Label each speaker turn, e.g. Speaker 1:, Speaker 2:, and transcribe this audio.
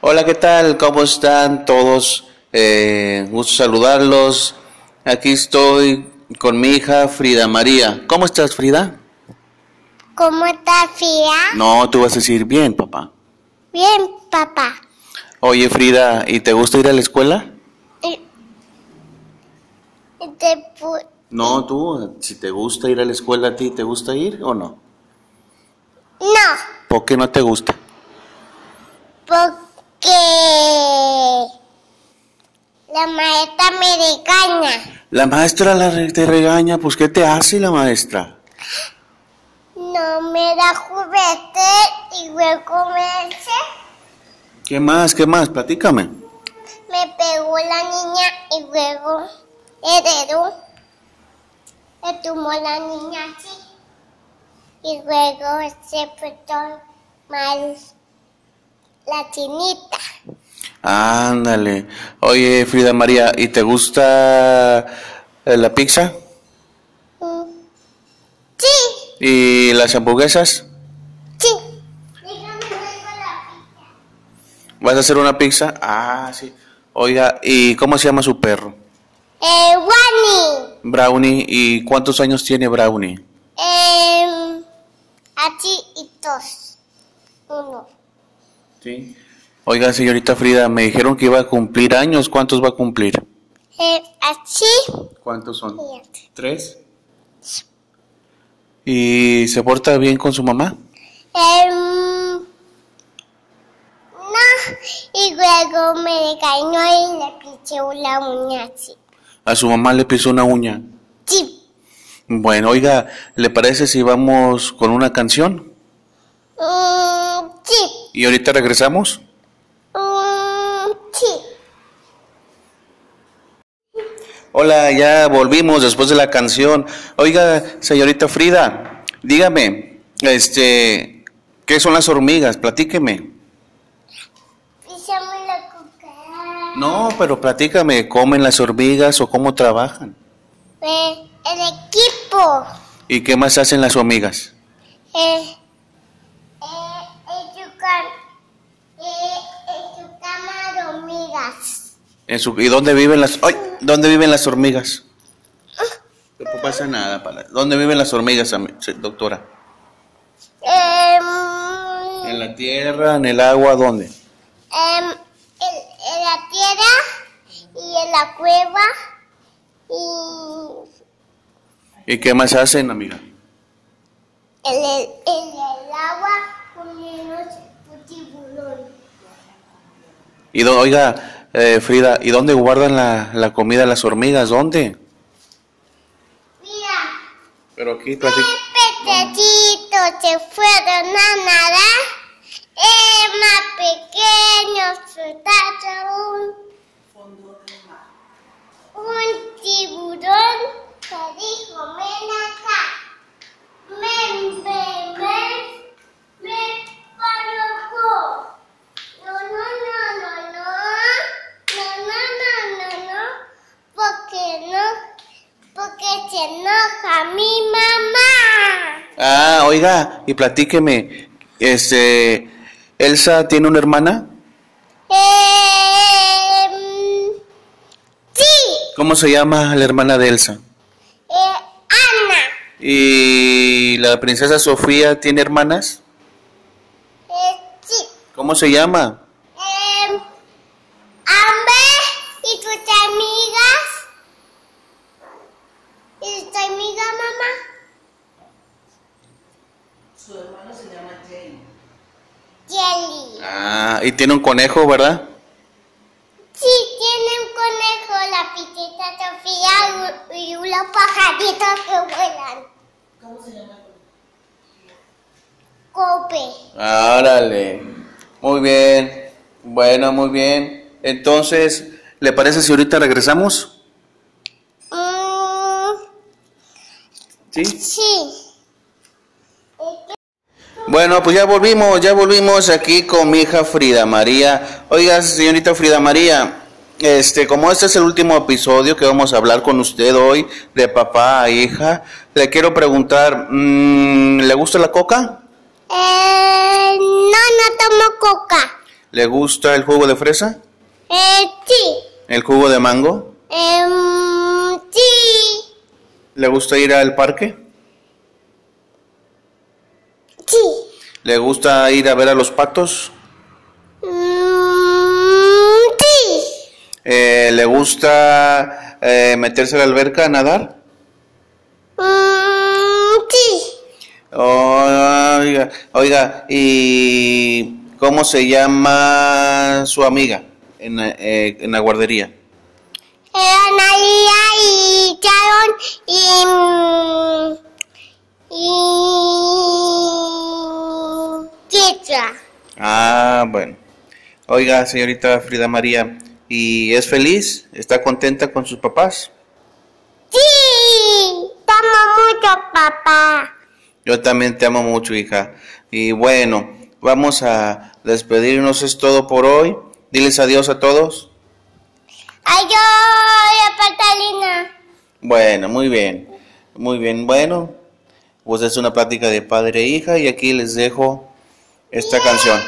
Speaker 1: Hola, ¿qué tal? ¿Cómo están todos? Eh, gusto saludarlos. Aquí estoy con mi hija Frida María. ¿Cómo estás, Frida?
Speaker 2: ¿Cómo estás, Frida?
Speaker 1: No, tú vas a decir bien, papá.
Speaker 2: Bien, papá.
Speaker 1: Oye, Frida, ¿y te gusta ir a la escuela?
Speaker 2: Te pu-
Speaker 1: No, tú, si te gusta ir a la escuela a ti, ¿te gusta ir o no?
Speaker 2: No,
Speaker 1: ¿Por qué no te gusta?
Speaker 2: porque la maestra me regaña.
Speaker 1: La maestra la re- te regaña, pues ¿qué te hace la maestra?
Speaker 2: No me da juguete y luego me hace-
Speaker 1: ¿Qué más? ¿Qué más? Platícame.
Speaker 2: me pegó la niña y luego el dedo le tomó la niña así. Y luego se puso mal la chinita.
Speaker 1: Ándale. Oye, Frida María, ¿y te gusta eh, la pizza?
Speaker 2: Mm. Sí.
Speaker 1: ¿Y las hamburguesas?
Speaker 2: Sí.
Speaker 1: ¿Vas a hacer una pizza? Ah, sí. Oiga, ¿y cómo se llama su perro?
Speaker 2: Eh, Wani.
Speaker 1: Brownie. ¿Y cuántos años tiene Brownie?
Speaker 2: Eh, aquí y dos. Uno.
Speaker 1: Sí. Oiga, señorita Frida, me dijeron que iba a cumplir años. ¿Cuántos va a cumplir?
Speaker 2: Eh, así
Speaker 1: ¿Cuántos son?
Speaker 2: y así.
Speaker 1: ¿Tres? ¿Y se porta bien con su mamá?
Speaker 2: Eh, no. Y luego me regañó y le piché una uña así.
Speaker 1: A su mamá le pisó una uña.
Speaker 2: Sí.
Speaker 1: Bueno, oiga, ¿le parece si vamos con una canción?
Speaker 2: Mm, sí.
Speaker 1: ¿Y ahorita regresamos?
Speaker 2: Mm, sí.
Speaker 1: Hola, ya volvimos después de la canción. Oiga, señorita Frida, dígame, este, ¿qué son las hormigas? Platíqueme.
Speaker 2: Písame la cucaracha.
Speaker 1: No, pero platícame, ¿comen las hormigas o cómo trabajan?
Speaker 2: Eh, el equipo.
Speaker 1: ¿Y qué más hacen las hormigas?
Speaker 2: Eh, eh, en su cam- eh, en su cama de hormigas.
Speaker 1: En su- ¿Y dónde viven las, ay, dónde viven las hormigas? No pasa nada, para, ¿dónde viven las hormigas, ami- se- doctora?
Speaker 2: Em,
Speaker 1: ¿En la tierra, en el agua, dónde?
Speaker 2: em, en, en la tierra y en la cueva y
Speaker 1: ¿Y qué más hacen, amiga?
Speaker 2: en el, en el agua con unos tiburón.
Speaker 1: Y do- oiga, eh, Frida, ¿y dónde guardan la, la comida las hormigas? ¿Dónde?
Speaker 2: Mira,
Speaker 1: Pero aquí
Speaker 2: tres pececitos se fueron a nadar. El más pequeño se tachó un un tiburón que dijo, ven acá, ven, ven, ven, ven paloco. No, no, no, no, no, no, no, no, no, no, porque no, porque se enoja mi mamá.
Speaker 1: Ah, oiga, y platíqueme, este, ¿Elsa tiene una hermana?
Speaker 2: Eh, sí,
Speaker 1: ¿Cómo se llama la hermana de Elsa?
Speaker 2: eh, Ana,
Speaker 1: ¿Y la princesa Sofía tiene hermanas?
Speaker 2: eh, sí.
Speaker 1: ¿Cómo se llama?
Speaker 2: Eh, Amber y tus amigas. ¿Y tu amiga, mamá? Su hermano se llama Jelly. Jelly.
Speaker 1: Ah, y tiene un conejo, ¿verdad?
Speaker 2: Sí, tiene un conejo, la piquita Sofía y y unos pajaritos que vuelan. ¿Cómo se llama? Cope.
Speaker 1: Árale. Muy bien. Bueno, muy bien. Entonces, ¿le parece si ahorita regresamos?
Speaker 2: Mm,
Speaker 1: Sí.
Speaker 2: sí. Eh,
Speaker 1: Bueno, pues ya volvimos, ya volvimos aquí con mi hija Frida María. Oiga, señorita Frida María, este, como este es el último episodio que vamos a hablar con usted hoy de papá a hija, le quiero preguntar, mm, ¿le gusta la coca?
Speaker 2: Eh, no, no tomo coca.
Speaker 1: ¿Le gusta el jugo de fresa?
Speaker 2: Eh, sí.
Speaker 1: ¿El jugo de mango?
Speaker 2: Em, sí.
Speaker 1: ¿Le gusta ir al parque?
Speaker 2: Sí.
Speaker 1: ¿Le gusta ir a ver a los patos?
Speaker 2: Mm, sí.
Speaker 1: Eh, ¿Le gusta eh, meterse a la alberca a nadar?
Speaker 2: Mm, sí.
Speaker 1: Oh, Oiga, oiga, ¿y cómo se llama su amiga en, la- eh, en la guardería?
Speaker 2: Eran María y Sharon y. mm, y. Pietra.
Speaker 1: Ah, bueno. Oiga, señorita Frida María, ¿y es feliz? ¿Está contenta con sus papás?
Speaker 2: Sí. Te amo mucho, papá.
Speaker 1: Yo también te amo mucho, hija. Y bueno, vamos a despedirnos, es todo por hoy. Diles adiós a todos.
Speaker 2: Adiós, Patalina.
Speaker 1: Bueno, muy bien, muy bien. Bueno, pues es una plática de padre e hija y aquí les dejo esta canción.